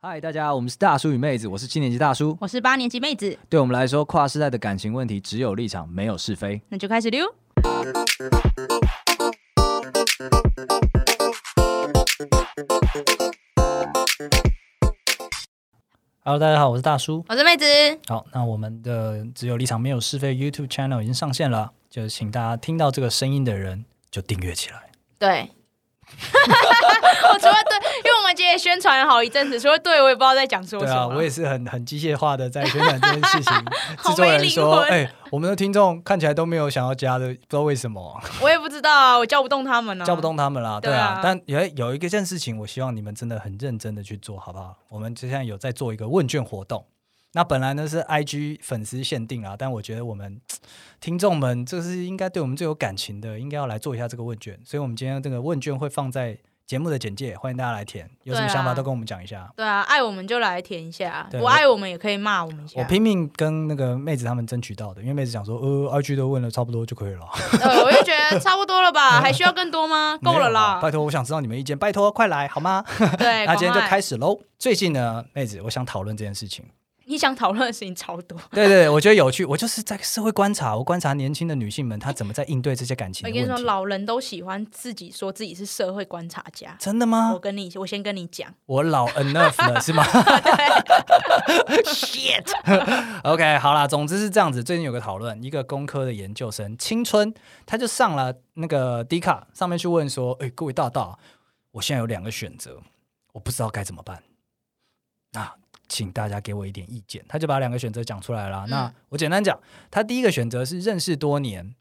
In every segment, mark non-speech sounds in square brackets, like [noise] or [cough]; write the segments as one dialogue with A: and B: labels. A: 嗨，大家，我们是大叔与妹子，我是七年级大叔。
B: 我是八年级妹子，
A: 对我们来说，跨世代的感情问题只有立场，没有是非。
B: 那就开始溜。
A: Hello，大家好，我是大叔。
B: 我是妹子，
A: 好，那我们的只有立场，没有是非 YouTube channel 已经上线了，就是请大家听到这个声音的人就订阅起来。
B: 对。 [laughs] 我除了对，因为我们今天宣传了好一阵子，除了对我也不知道在讲说
A: 对
B: 什
A: 啊，
B: 么。
A: 我也是很很机械化的在宣传这件事情。
B: 好
A: 制作人说，
B: 没
A: 哎、我们的听众看起来都没有想要加的，不知道为什么，
B: 我也不知道啊，我叫不动他们呢、
A: 叫不。动他们啦。对
B: 对
A: 啊
B: 啊，
A: 但有有一个件事情，我希望你们真的很认真的去做好不好？我们现在有在做一个问卷活动。那本来呢是 I G 粉丝限定啦，但我觉得我们听众们这是应该对我们最有感情的，应该要来做一下这个问卷。所以，我们今天这个问卷会放在节目的简介，欢迎大家来填，有什么
B: 对啊
A: 想法都跟我们讲一下。
B: 对啊，爱我们就来填一下，
A: 对
B: 不爱我们也可以骂我们一下。
A: 我拼命跟那个妹子他们争取到的，因为妹子讲说，呃，IG 都问了差不多就可以了，
B: 对，我就觉得差不多
A: [laughs]
B: 了吧，还需要更多吗？够了
A: 没有啊 [laughs]
B: 啦。
A: 拜托，我想知道你们意见，拜托，快来好吗？
B: 对，
A: 那今天就
B: 哎广爱
A: 开。始喽。最近呢，妹子，我想讨论这件事情。 [laughs]
B: 你想讨论的事情超多，
A: 对对，对我觉得有趣。我就是在社会观察，我观察年轻的女性们，她怎么在应对这些感情
B: 我
A: 的
B: 跟你
A: 问
B: 说，
A: 题。
B: 老人都喜欢自己说自己是社会观察家。
A: 真的
B: 我
A: 吗？
B: 跟你，我先跟你讲， [laughs]
A: 我老 enough 了是吗 [laughs] ？Shit。OK，好啦，总之是这样子。最近有个讨论，一个工科的研究生青春，他就上了那个 D 卡上面去问说：“哎、各位大大，我现在有两个选择，我不知道该怎么办。那请大家给我一点意见。”他就把两个选择讲出来了。那
B: 嗯
A: 我简单讲，他第一个选择是认识多年，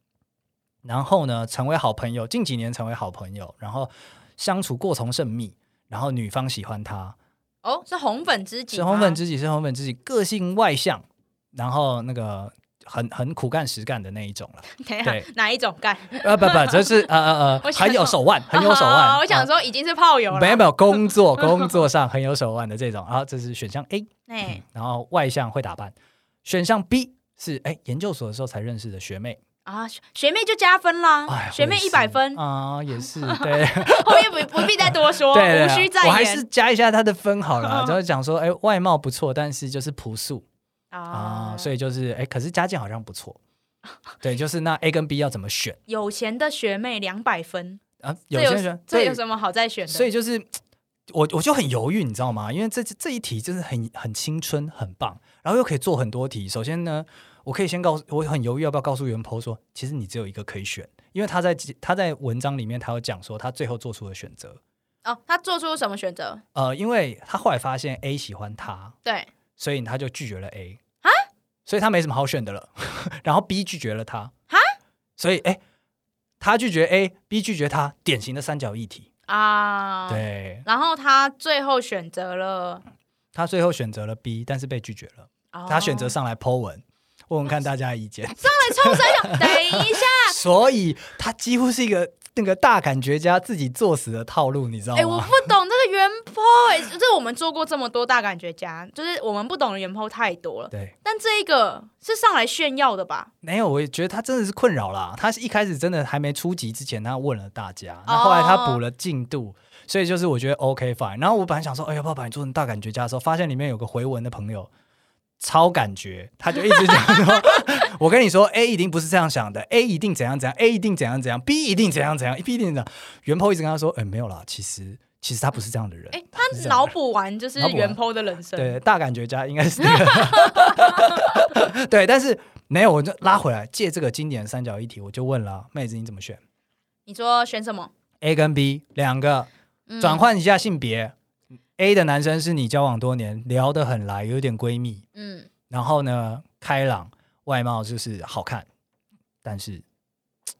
A: 然后呢成为好朋友，近几年成为好朋友，然后相处过从甚密，然后女方喜欢他，
B: 哦，是红粉知己
A: 是
B: 吗，
A: 红粉知己，是红粉知己，个性外向，然后那个很很苦干实干的那一种了。
B: [laughs] 等一
A: 对
B: 下哪一种干？
A: 呃，不不，这是呃呃呃，
B: [laughs] 我想
A: 很有手腕，很
B: [laughs]
A: 有手
B: 啊
A: 腕。
B: 我想说已经是炮友
A: 啊，
B: 了。
A: 没有没有，
B: [laughs]
A: 工作工作上很有手腕的这种。然后这是选项 A，嗯
B: 哎，
A: 然后外向会打扮。选项 B 是哎，研究所的时候才认识的学妹，
B: 啊，学学妹就加分啦
A: 哎，，
B: 嗯学妹一百分， [laughs]
A: 啊，也是对
B: 后面不不必再多说，
A: [laughs] 对，
B: 无需再
A: 我还是
B: 言
A: 加一下她的分好了。
B: [laughs]
A: 然后讲说，哎，外貌不错，但是就是朴素，啊，所
B: 以
A: 以就是哎，可是家境好像不
B: [laughs]
A: 错，对，就是那 A 跟 B 要怎么选
B: 有钱的学妹两百分，
A: 啊？有
B: 这
A: 些人
B: 这有
A: 对，
B: 什么好再选的？
A: 所以就是我我就很犹豫，你知道吗？因为这这一题就是很很青春，很棒，然后又可以做很多题。首先呢，我可以先告诉我很犹豫要不要告诉袁鹏说，其实你只有一个可以选，因为他在他在文章里面他有讲说他最后做出的选择，
B: 哦，他做出什么选择？
A: 呃，因为他后来发现 A 喜欢他，
B: 对，
A: 所以他就拒绝了 A
B: 啊
A: 所以他没什么好选的了。 [laughs] 然后 B 拒绝了他
B: 啊，
A: 所以哎、他拒绝 A，B 拒绝他，典型的三角议题。
B: 啊，。
A: 对
B: 然后他最后选择了，
A: 他最后选择了 B，但是被拒绝了。
B: 哦
A: 他选择上来 Po 文，问问看大家的意
B: [laughs]
A: 见。
B: 上来冲
A: [laughs]
B: 三角，等一下，
A: 所以他几乎是一个那个大感觉家自己作死的套路，你知道
B: 哎、我
A: 吗？
B: 不懂这个原 po，哎、 [laughs] 这我们做过这么多大感觉家，就是我们不懂的原 po 太多了。
A: 对，
B: 但这一个是上来炫耀的吧？
A: 没有，我也觉得他真的是困扰啦。他是一开始真的还没出集之前，他问了大家，那后来他补了进度，所以就是我觉得 OK fine。然后我本来想说，哎呀，爸爸，你做成大感觉家的时候，发现里面有个回文的朋友超感觉，他就一直讲说， [laughs] 我跟你说，A 一定不是这样想的，A 一定怎样怎样，A 一定怎样怎样，B 一定怎样怎样，B 一定怎样。袁抛一直跟他说，哎，没有啦，其实其实他不是这样的人。
B: 哎、
A: 他不是这
B: 他
A: 样的
B: 脑
A: 人
B: 补完就是
A: 脑补完
B: 原 po 的人生。
A: 对，大感觉家应该是那个。 [laughs] 对，但是没有，我就拉回来，借这个经典三角一题，我就问了妹子，你怎么选
B: 你说选什么？
A: ？A 跟 B 两个
B: 嗯
A: 转换一下性别、a 的男生是你交往多年，聊得很来，有点闺蜜，
B: 嗯，
A: 然后呢开朗，外貌就是好看，但是嘖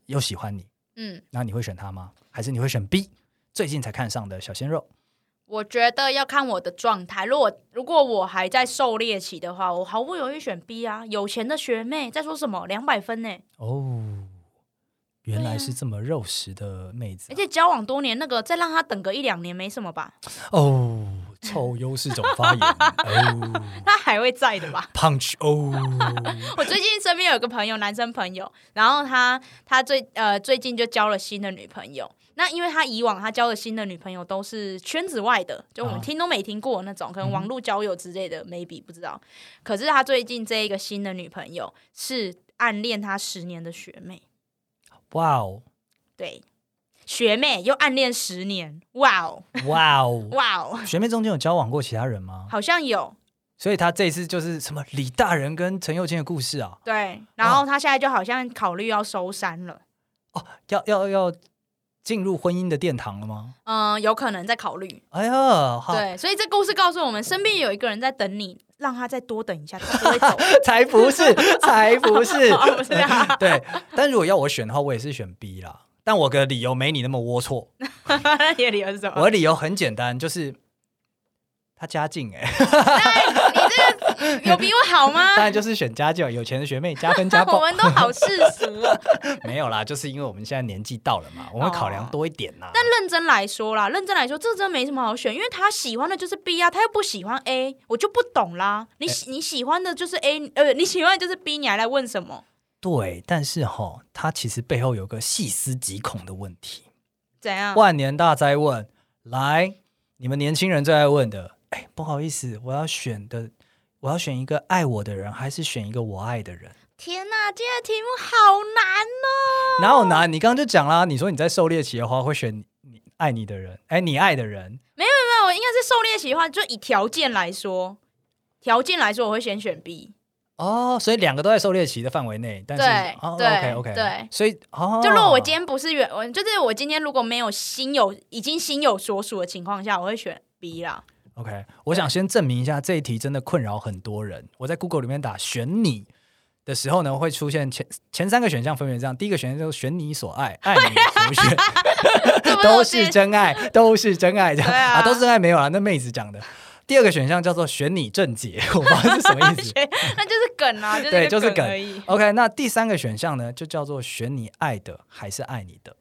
A: 又喜欢你，
B: 嗯，
A: 那你会选他吗？还是你会选 B？最近才看上的小鲜肉，
B: 我觉得要看我的状态。如果如果我还在狩猎期的话，我毫不犹豫选 B 啊。有钱的学妹在说什么？两百分呢、
A: 哦，原
B: 对
A: 来
B: 啊
A: 是这么肉食的妹子啊、
B: 而且交往多年，那个再让他等个一两年没什
A: [laughs]
B: 么吧？
A: 哦，臭优是种发言哦
B: 他还会在的吧？
A: ，punch 哦，
B: [laughs] 我最近身呃边有个朋友，男生朋友，然后他他最呃最近就交了新的女朋友，那因为他以往他交的新的女朋友都是圈子外的，就我们
A: 啊
B: 听都没听过那种，可能网络交友之类的、m a y b e 不知道。可是他最近这一个新的女朋友是暗恋他十年的学妹，
A: 哇哦，
B: 对，学妹又暗恋十年，哇哦，，
A: 哇哦
B: 哇哦，
A: 学妹中间有交往过其他人吗？
B: 好像有
A: 所以她这次就是什么李大人跟陈幼卿的故事啊？
B: 对。然后他现在就好像考虑要收山了，
A: 哦，要要要进入婚姻的殿堂了吗？
B: 嗯、有可能在考虑。
A: 哎呀，好，
B: 对，所以这故事告诉我们，身边有一个人在等你，让他再多等一下，他就会走。
A: 才不是，才不 [laughs]
B: [laughs]
A: 是，
B: 哦不是啊
A: 对，但如果要我选的话，我也是选 B 啦。但我的理由没你那么龌
B: [laughs]
A: 龊，
B: 你的理由是什
A: 我
B: 么？
A: 的理由很简单，就是他家境哎、
B: 有比我好吗？
A: [laughs] 当然
B: [laughs]
A: 就是选家教，有钱的学妹加分加
B: 我
A: 爆。
B: 们都好世俗哦。
A: 没有啦，就是因为我们现在年纪到了嘛，我们会考量多一点啦。
B: [laughs] 哦但认真来说啦，认真来说，这真没什么好选，因为他喜欢的就是 B 啊，他又不喜欢 A，我就不懂啦。
A: 哎
B: 你喜、你喜欢的就是 A，呃，你喜欢的就是 B，你还来问什么？
A: 对，但是哈，他其实背后有个细思极恐的问题，
B: 怎样？
A: 万年大灾问。来，你们年轻人最爱问的，哎，不好意思，我要选的，我要选一个爱我的人，还是选一个我爱的人？
B: 天哪、今天的题目好难哦。
A: 哪有难？你刚刚就讲啦，你说你在狩猎期的话会选你爱你的人，哎，你爱的人，
B: 没有，哦我应该是狩猎喜欢，就以条件来说，条件来说，我会先选 B。
A: 哦，所以两个都在狩猎期的范围内，但是
B: 对
A: 哦
B: 对
A: ，OK OK，
B: 对
A: 所以哦，
B: 就如果我今天不是原，我就是我今天如果没有心有已经心有所属的情况下，我会选
A: [laughs]
B: B 啦。
A: OK，我想先证明一下这一题真的困扰很多人。我在 Google 里面打“选你”的时候呢，会出现前前三个选项分别是这样：第一个选项就是“选你所爱”，爱你所 [laughs] 选，
B: 这不
A: 都
B: 我
A: 是
B: 之前
A: 真爱，都是真爱，这样
B: 对啊
A: 都是真爱没有啊？那妹子讲的。第二个选项叫做“选你正解”， [laughs] 我不知道是什么意思。
B: 学，那就是梗
A: [laughs]
B: 啊，就是
A: 对
B: 一个
A: 就是梗
B: 而已。
A: OK，那第三个选项呢，就叫做“选你爱的还是爱你的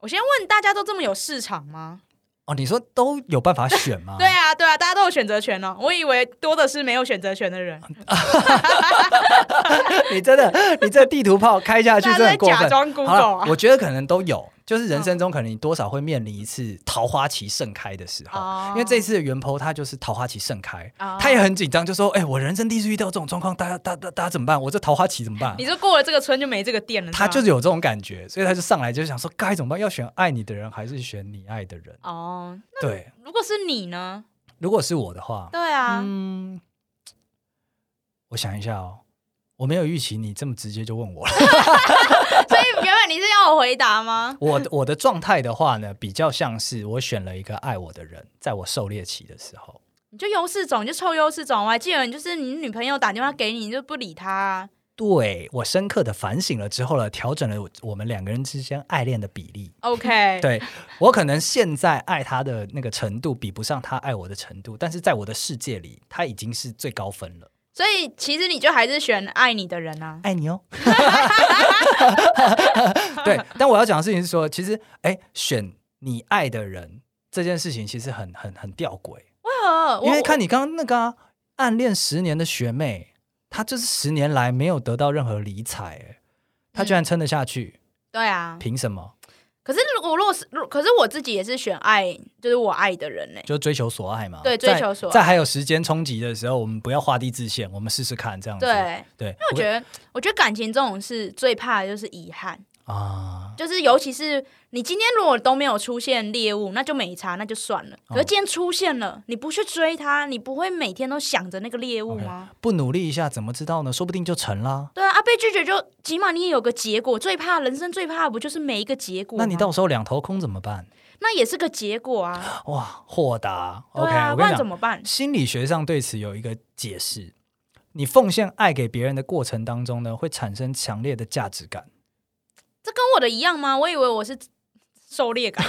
B: 我先问大家都这么有市场吗？”。
A: 哦，你说都有办法选 [laughs] 吗？
B: 对啊，对啊，大家都有选择权哦。我以为多的是没有选择权的人，
A: [laughs] 你真的，你这地图炮开下去
B: 大家
A: 真的
B: 都在
A: 很过
B: 假
A: 分。
B: 装
A: 好了
B: Google 啊。
A: 我觉得可能都有，就是人生中可能你多少会面临一次桃花期盛开的时候，
B: 哦
A: 因为这一次的元剖他就是桃花期盛开，
B: 哦
A: 他也很紧张，就说：“哎、我人生第一次遇到这种状况，大家、大、大、大家怎么办？我这桃花期怎么办
B: 你？”说过了这个村就没这个店了，
A: 他就是是有这种感觉，所以他就上来就想说：“该怎么办？要选爱你的人，还是选你爱的人
B: 吗哦。？”
A: 对，
B: 如果是你呢？
A: 如果是我的话，
B: 对啊，
A: 嗯，我想一下哦，我没有预期你这么直接就问我了。
B: 所以原本你是要我回答吗？
A: 我的我的状态的话呢，比较像是我选了一个爱我的人，在我狩猎期的时候，
B: 你就优势种，你就臭优势种。我还记得你就是你女朋友打电话给你，你就不理她、啊。
A: 对我深刻的反省了之后呢，调整了我我们两个人之间爱恋的比例。
B: OK，
A: 对我可能现在爱他的那个程度比不上他爱我的程度，但是在我的世界里，他已经是最高分了。
B: 所以其实你就还是选爱你的人啊。
A: 爱你哦。 [laughs] 对，但我要讲的事情是说，其实哎，选你爱的人这件事情其实很很很吊诡。
B: 为何？我
A: 因为看你刚刚那个、啊、暗恋十年的学妹，她就是十年来没有得到任何理睬，哎，她居
B: 嗯
A: 然撑得下去，
B: 对啊，
A: 凭什么？
B: 可是如我如果是，如可是我自己也是选爱，就是我爱的人呢、欸
A: 就追求所爱嘛。
B: 对
A: 在
B: 追求所爱
A: 在还有时间冲击的时候，我们不要画地自限，我们试试看这样子。
B: 对，
A: 对，因
B: 因为我觉得，我觉得感情这种事最怕的就是遗憾，
A: 得啊，
B: 就是尤其是你今天如果都没有出现猎物，那就没差，那就算了。
A: 哦
B: 可是今天出现了，你不去追它，你不会每天都想着那个猎物
A: OK
B: 吗
A: 不努力一下怎么知道呢？说不定就成啦。
B: 对啊，啊被拒绝就起码你也有个结果。最怕人生最怕的不就是没一个结果吗？
A: 那你到时候两头空怎么办？
B: 那也是个结果啊，
A: 哇，豁达。
B: 对
A: OK，
B: 啊，
A: 我
B: 不
A: 跟你
B: 然怎
A: 讲，
B: 么办？
A: 心理学上对此有一个解释：你奉献爱给别人的过程当中呢，会产生强烈的价值感。
B: 这跟我的一样吗？我以为我是狩猎感，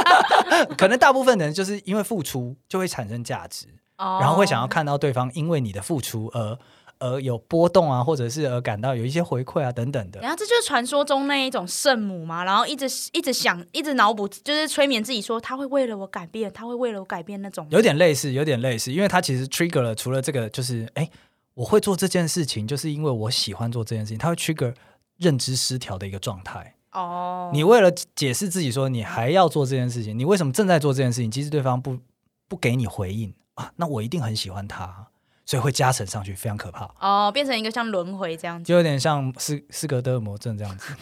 A: [laughs] 可能大部分人就是因为付出就会产生价值，然
B: 然
A: 后会想要看到对方因为你的付出而而有波动啊，或者是而感到有一些回馈啊等等的。
B: [laughs] 然后这就是传说中那一种圣母嘛，然后一直一直想，一直脑补，就是催眠自己说他会为了我改变，他会为了我改变那种。
A: 有点类似，有点类似，因为它其实 trigger 了，除了这个，就是哎，我会做这件事情，就是因为我喜欢做这件事情，它会 trigger 认知失调的一个状态。
B: 哦，
A: 你为了解释自己说你还要做这件事情，你为什么正在做这件事情，其实对方不不给你回应啊，那我一定很喜欢他，所以会加成上去，非常可怕。
B: 哦，变成一个像轮回这
A: [laughs]
B: 样子。
A: 就有点像斯斯格德尔摩症这样子，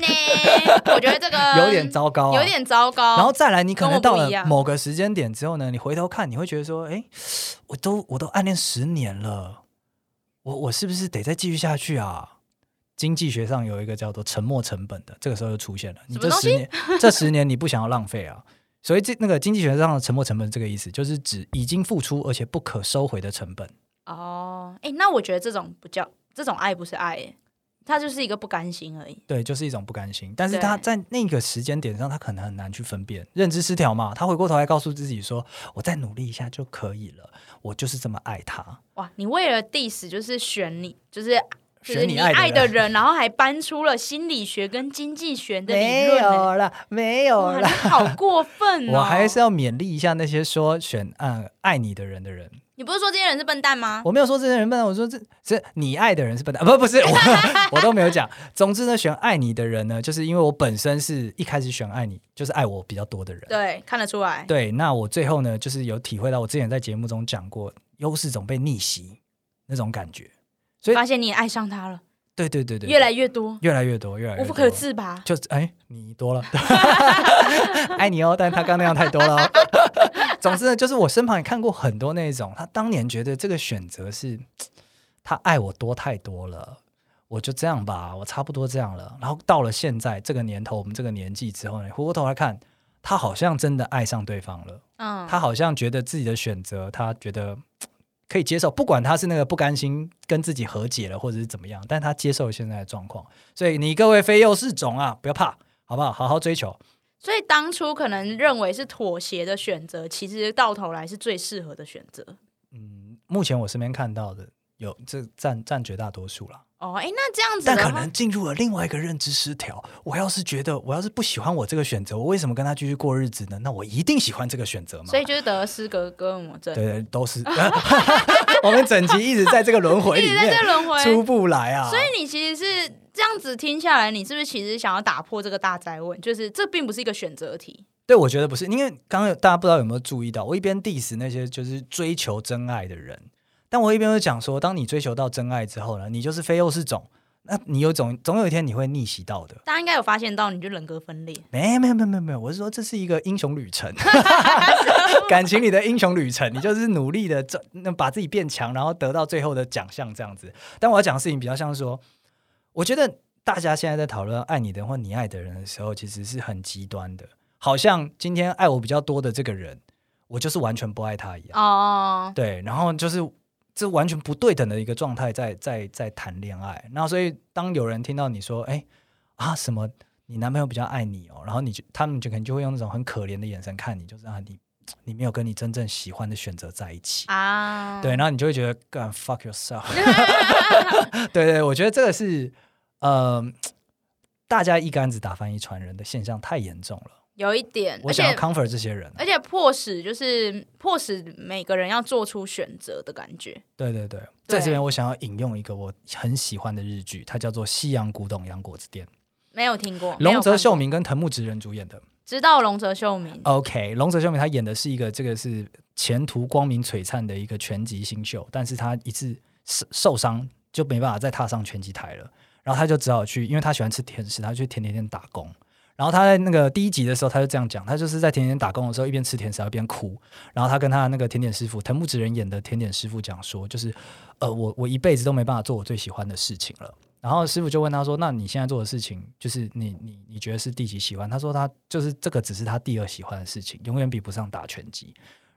B: 那我觉得这个
A: 有点糟糕、啊，
B: 嗯有点糟糕。
A: 然后再来，你可能到
B: 跟我
A: 了
B: 不一样
A: 某个时间点之后呢，你回头看，你会觉得说，哎，我都我都暗恋十年了，我我是不是得再继续下去啊？经济学上有一个叫做沉没成本的，这个时候就出现了。你
B: 什么
A: 这
B: 东
A: 十
B: 西
A: 年，这十年你不想要浪费啊？所以这那个经济学上的沉没成本是这个意思，就是指已经付出而且不可收回的成本。
B: 哦，哎、那我觉得这种不叫这种爱，不是爱、欸，他就是一个不甘心而已。
A: 对，就是一种不甘心。但是他
B: 对
A: 在那个时间点上，他可能很难去分辨认知失调嘛。他回过头来告诉自己说：“我再努力一下就可以了，我就是这么爱他。
B: 哇，你为了 diss 就是选你，就是就是
A: 选你
B: 你
A: 爱的
B: 爱的
A: 人
B: 人，然后还搬出了心理学跟经济学的理论、欸，
A: 了，没有
B: 哇，你。好过分哦！
A: 我还是要勉励一下那些说选嗯爱你的人的人。
B: 你不是说这些人是笨蛋吗？
A: 我没有说这些人笨蛋，啊我说这是你爱的人是笨蛋，不不是
B: [laughs]
A: 我我都没有讲。总之呢，选爱你的人呢，就是因为我本身是一开始选爱你，就是爱我比较多的人。
B: 对，看得出来。
A: 对，那我最后呢，就是有体会到我之前在节目中讲过，优势总被逆袭那种感觉。对
B: 发现你也爱上他了，
A: 对对对对，
B: 越来越多，
A: 越来越多，越来越多
B: 无不可。自拔。
A: 就哎，你多
B: [laughs]
A: 了， [laughs] 爱你哦，但他刚那样太多了、哦。 [laughs] 总之呢，就是我身旁也看过很多那种，他当年觉得这个选择是他爱我多太多了，我就这样吧，我差不多这样了。然后到了现在这个年头，我们这个年纪之后呢，回过头来看，他好像真的爱上对方了。
B: 嗯，
A: 他好像觉得自己的选择，他觉得嘖可以接受，不管他是那个不甘心跟自己和解了，或者是怎么样，但他接受了现在的状况。所以你各位非幼是种啊，不要怕，好不好？好好追求。
B: 所以当初可能认为是妥协的选择，其实到头来是最适合的选择。
A: 嗯，目前我身边看到的有这占占绝大多数啦，
B: 哦，哎，那这样子
A: 但
B: 的
A: 可
B: 话
A: 能，进入了另外一个认知失调。我要是觉得我要是不喜欢我这个选择，我为什么跟他继续过日子呢？那我一定喜欢这个选择嘛。
B: 所以就是得了斯格哥尔摩症，
A: 对对，都是 [laughs] 我们整集一直在这个轮回
B: [laughs] 一
A: 里
B: 直在
A: 面
B: 这轮回。
A: 出不来啊。
B: 所以你其实是这样子听下来，你是不是其实想要打破这个大灾问？就是这并不是一个选择题，
A: 对，我觉得不是，因为刚刚有大家不知道有没有注意到，我一边 diss 那些就是追求真爱的人，但我一边又讲说，当你追求到真爱之后呢，你就是非幼是种，那你有种总有一天你会逆袭到的。
B: 大家应该有发现到，你就人格分裂。
A: 没有没有没有没有没有，我是说这是一个英雄旅程， [laughs] 感情里的英雄旅程，你就是努力的这那把自己变强，然后得到最后的奖项这样子。但我要讲的事情比较像是说，我觉得大家现在在讨论爱你的人或你爱的人的时候，其实是很极端的，好像今天爱我比较多的这个人，我就是完全不爱他一样。
B: 哦，
A: 对，然后就是这完全不对等的一个状态在，在在谈恋爱。那所以当有人听到你说，哎啊什么，你男朋友比较爱你哦，然后你就他们就可能就会用那种很可怜的眼神看你，就是啊你你没有跟你真正喜欢的选择在一起。
B: 啊，
A: [laughs] 对，然后你就会觉得干 fuck
B: [laughs]
A: yourself。对对，我觉得这个是呃，大家一竿子打翻一船人的现象太严重了。
B: 有一点，
A: 我
B: 而且
A: 想要 comfort 这些人啊、
B: 而且迫使就是迫使每个人要做出选择的感觉。
A: 对对对，在这边我想要引用一个我很喜欢的日剧，它叫做《西洋古董洋果子店》，
B: 没有听过，没有
A: 龙泽
B: 看
A: 秀
B: 过，
A: 明跟藤木直人主演的。
B: 知道龙泽秀明
A: OK，龙泽秀明他演的是一个这个是前途光明璀璨的一个拳击新秀，但是他一次受受伤就没办法再踏上拳击台了，然后他就只好去，因为他喜欢吃甜食，他去甜甜店打工。然后他在那个第一集的时候，他就这样讲，他就是在甜点店打工的时候，一边吃甜食还一边哭。然后他跟他那个甜点师傅藤木直人演的甜点师傅讲说，就是呃，我我一辈子都没办法做我最喜欢的事情了。然后师傅就问他说：“那你现在做的事情，就是你你你觉得是第几喜欢？”他说：“他就是这个，只是他第二喜欢的事情，永远比不上打拳击。”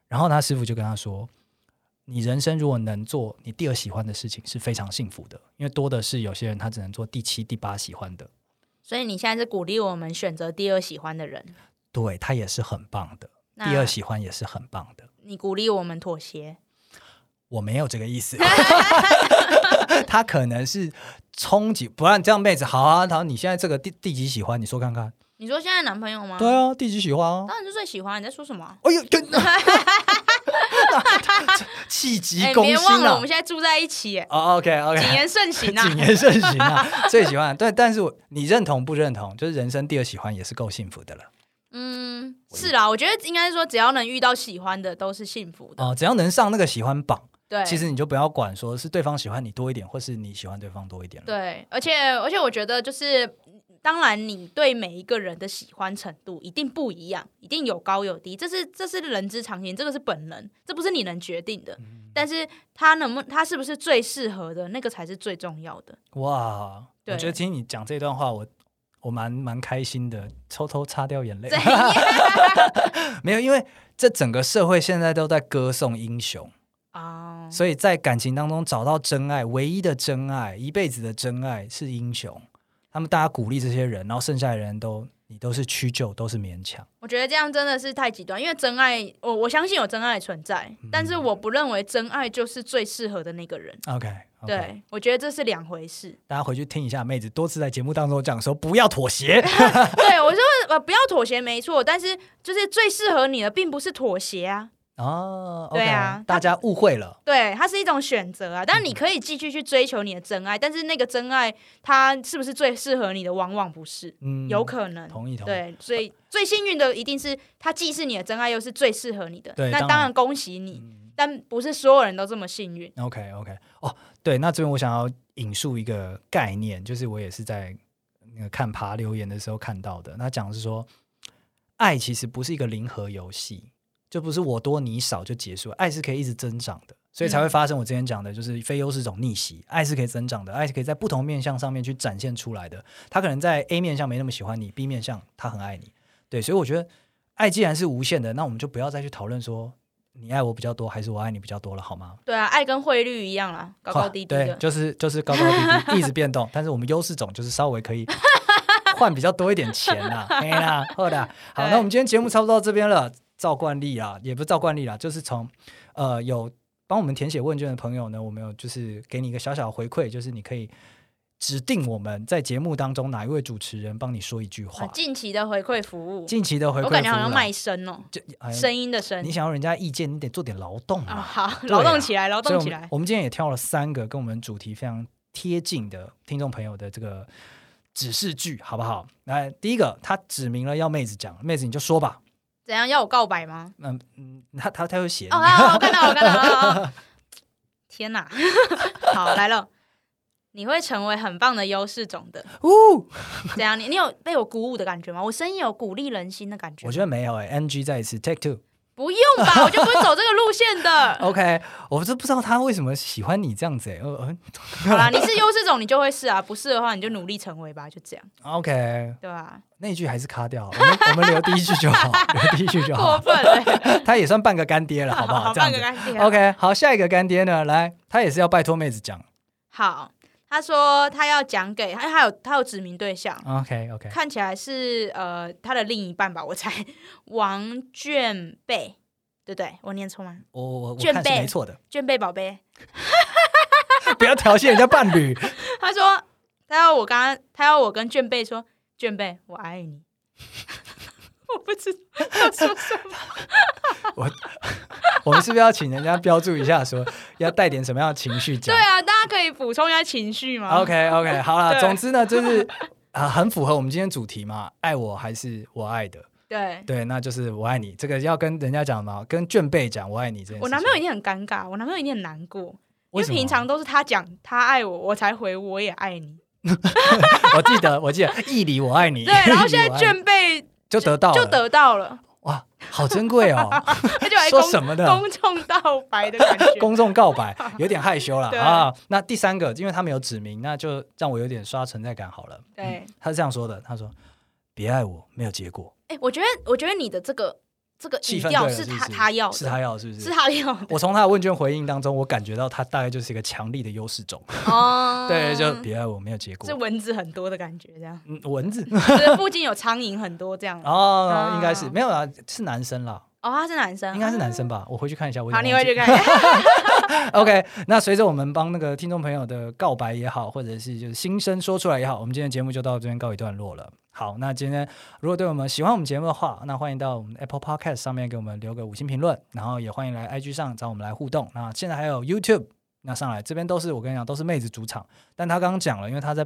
A: 然后他师傅就跟他说：“你人生如果能做你第二喜欢的事情，是非常幸福的，因为多的是有些人他只能做第七、第八喜欢的，
B: 所以你现在是鼓励我们选择第二喜欢的人。
A: 对他也是很棒的，
B: 那
A: 第二喜欢也是很棒的。”
B: 你鼓励我们妥协，
A: 我没有这个意思， [laughs] 他可能是憧憬，不然这样妹子好啊，然后你现在这个第第几喜欢？你说看看。
B: 你说现在男朋友吗？
A: 对啊，第几喜欢啊？
B: 当然是最喜欢。你在说什么啊？
A: 哎呦，对，气急
B: 哎，
A: 攻
B: 别忘
A: 心
B: 了，我
A: 啊
B: 们！现在住在一起，哎
A: 哦，OK
B: [laughs] 谨
A: OK，
B: 言慎行啊。
A: 谨言慎行啊，最喜欢。对，但是我你认同不认同？就是人生第二喜欢也是够幸福的了。
B: 嗯，是啦，我觉得应该是说，只要能遇到喜欢的，都是幸福的。
A: 哦，只要能上那个喜欢榜，
B: 对，
A: 其实你就不要管说是对方喜欢你多一点，或是你喜欢对方多一点了。
B: 对，而且而且我觉得就是，当然你对每一个人的喜欢程度一定不一样，一定有高有低，这是这是人之常情，这个是本能，这不是你能决定的。
A: 嗯
B: 但是他能不他是不是最适合的那个才是最重要的。
A: 哇，我
B: 对
A: 觉得听你讲这段话，我我蛮蛮开心的，偷偷擦掉眼泪
B: 对。
A: [laughs]
B: [laughs]
A: 没有，因为这整个社会现在都在歌颂英雄，
B: 啊，
A: 所以在感情当中找到真爱，唯一的真爱，一辈子的真爱是英雄。他们大家鼓励这些人，然后剩下的人都你都是屈就，都是勉强。
B: 我觉得这样真的是太极端，因为真爱，我我相信有真爱存在，
A: 嗯
B: 但是我不认为真爱就是最适合的那个人。
A: OK，, o k，
B: 对，我觉得这是两回事。
A: 大家回去听一下，妹子多次在节目当中讲说不要妥协。
B: 对，我说呃不要妥协没错，但是就是最适合你的并不是妥协啊，
A: 哦，
B: 对啊
A: OK，大家误会了。
B: 对，它是一种选择啊。但你可以继续去追求你的真爱，但是那个真爱它是不是最适合你的，往往不是，
A: 嗯，
B: 有可能。
A: 同意同意。
B: 对，所以最幸运的一定是它既是你的真爱，又是最适合你的。
A: 对
B: 那
A: 当
B: 当
A: 然嗯
B: 然恭喜你，但不是所有人都这么幸运。
A: OK OK，哦，对，那这边我想要引述一个概念，就是我也是在那个看爬留言的时候看到的。那讲的是说，爱其实不是一个零和游戏，就不是我多你少就结束，爱是可以一直增长的，所以才会
B: 嗯
A: 发生我之前讲的，就是非优势种逆袭，爱是可以增长的，爱是可以在不同面向上面去展现出来的。他可能在 A 面向没那么喜欢你，B 面向他很爱你，对，所以我觉得爱既然是无限的，那我们就不要再去讨论说。你爱我比较多，还是我爱你比较多了，好吗？
B: 对啊，爱跟汇率一样啦，高高低低
A: 对，
B: 的。啊
A: 就是就是高高低
B: [laughs]
A: 低，一直变动。但是我们优势种就是稍微可以换比较多一点钱
B: [laughs]
A: 啦，嘿啦，好的。好，
B: 对
A: 那我们今天节目差不多到这边了。照惯例啊，也不是照惯例啦，就是从呃有帮我们填写问卷的朋友呢，我们有就是给你一个小小的回馈，就是你可以指定我们在节目当中哪一位主持人帮你说一句
B: 啊
A: 话。
B: 近期的回馈服务，
A: 近期的回馈服
B: 我
A: 务啦，
B: 感觉好像卖身哦、
A: 就、哎
B: 声音的声
A: 你想要人家意见，你得做点劳动
B: 啊，
A: 啊。
B: 好，
A: 对啊
B: 劳动起来，劳
A: 所以
B: 动
A: 我
B: 起
A: 们
B: 来。
A: 我们今天也挑了三个跟我们主题非常贴近的听众朋友的这个指示句，好不好？来，第一个，他指明了要妹子讲，妹子你就说吧。
B: 怎样要我告白吗？
A: 嗯嗯，他他他会写，
B: 哦，好，我看到，我看到。哦 [laughs] 天哪， [laughs] 好来了，你会成为很棒的优势种
A: [laughs]
B: 的。
A: 呜，
B: 怎样？你你有被我鼓舞的感觉吗？我声音有鼓励人心的感觉吗？
A: 我觉得没有哎、n g 再一次 take two。
B: 不用
A: [laughs]
B: 吧，我就不是走这个路线的。
A: OK，我是不知道他为什么喜欢你这样子哎、呃
B: 好啦，你是优势种，你就会是啊；不是的话，你就努力成为吧，就这样，
A: 呃，OK，
B: 对吧、
A: 那一句还是卡掉，我们我们留第一句就好，留第一句就
B: [laughs] 过
A: 好，
B: 分了，
A: 他也算半个干爹了，好不好？这样
B: 半
A: 子
B: 个啊干净。
A: OK，好，下一个干爹呢，来，他也是要拜托妹子讲
B: 好，他说他要讲给，他还有他有指名对象，
A: ，OK OK，
B: 看起来是呃他的另一半吧，我猜王卷贝，对不对？我念错吗？
A: [laughs] 我我我
B: 卷
A: 看是
B: 背
A: 没错的，
B: 卷贝宝贝，
A: [laughs] 不要调戏人家伴侣。
B: 他说他要我刚刚他要我跟卷贝说，卷贝我爱
A: [laughs]
B: 你，我不知道要说什么，
A: 我们是不是要请人家标注一下说要带点什么样的情绪
B: [laughs] 对
A: 讲？
B: 啊，大家可以补充一下情绪吗
A: OK OK，好了，
B: 对
A: 总之呢，就是 [laughs] 啊、很符合我们今天主题嘛，爱我还是我爱的？
B: 对。
A: 对，那就是我爱你。这个要跟人家讲嘛，跟卷贝讲我爱你这件事情。
B: 我男朋友一定很尴尬，我男朋友一定很难过，因
A: 为
B: 为
A: 什么啊
B: 平常都是他讲他爱我，我才回我也爱你。
A: [laughs] 我记得我记得义理我爱你，
B: [laughs] 对，然后现
A: 义理我
B: 在
A: 爱你
B: 卷贝
A: 就得到
B: 就
A: 了
B: 得
A: [laughs]
B: 到了，
A: 哇，好珍贵哦，
B: 他就来
A: 说
B: 公
A: 什么呢
B: 公众告白的感觉。
A: [laughs] 公众告白有点害羞了
B: 对
A: 啊。那第三个，因为他没有指名，那就让我有点刷存在感好了。嗯
B: 对，
A: 他是这样说的，他说：“别爱我，没有结果。
B: [laughs] 哎、我觉得，我觉得你的这个这个”
A: 气
B: 语
A: 氛
B: 调
A: 对了
B: 他
A: 不
B: 他要的，
A: 是他要的是不是？
B: 是他
A: [laughs]
B: 要的
A: 我从他的问卷回应当中，我感觉到他大概就是一个强力的优势种。
B: 哦
A: 对，就别爱我，没有结果
B: [laughs] 是。蚊子很多的感觉，这
A: [laughs]，
B: 样
A: 嗯，蚊子
B: 就是附近有苍蝇很多这样。哦，
A: 哦，
B: 啊
A: 应该是没有啦，是男生啦，他
B: 他是男生，
A: 应该是男
B: 生。
A: 生吧？我回去看一下，我有
B: 好，
A: 点
B: 你
A: 忘
B: 会
A: 记
B: 去看，
A: [laughs] OK，那随着我们帮那个听众朋友的告白也好，或者是就是心声说出来也好，我们今天的节目就到这边告一段落了。好，那今天如果对我们喜欢我们节目的话，那欢迎到我们 Apple Podcast 上面给我们留个五星评论，然后也欢迎来 IG 上找我们来互动。那现在还有 YouTube，那上来这边都是我跟你讲都是妹子主场，但她刚刚讲了，因为她在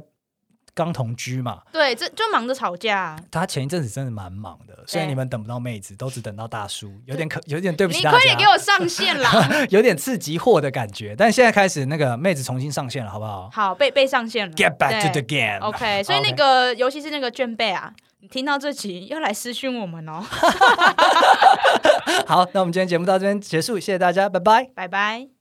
A: 刚同居嘛，
B: [laughs] 对，这就忙着吵架。
A: 她前一阵子真的蛮忙的，所以
B: 对
A: 你们等不到妹子，都只等到大叔，有点可有点 [laughs] 对不
B: 你
A: 起大家，
B: 快点给我上线啦！
A: [laughs] 有点刺激货的感觉。但现在开始那个妹子重新上线了，好不好
B: 好，被被上线了。
A: ？Get back to the
B: [laughs] 对
A: game。
B: OK，所以那个尤其是那个卷贝啊，你听到这集要来私讯我们哦，
A: 好，那我们今天节目到这边结束，谢谢大家，拜拜。
B: 拜拜。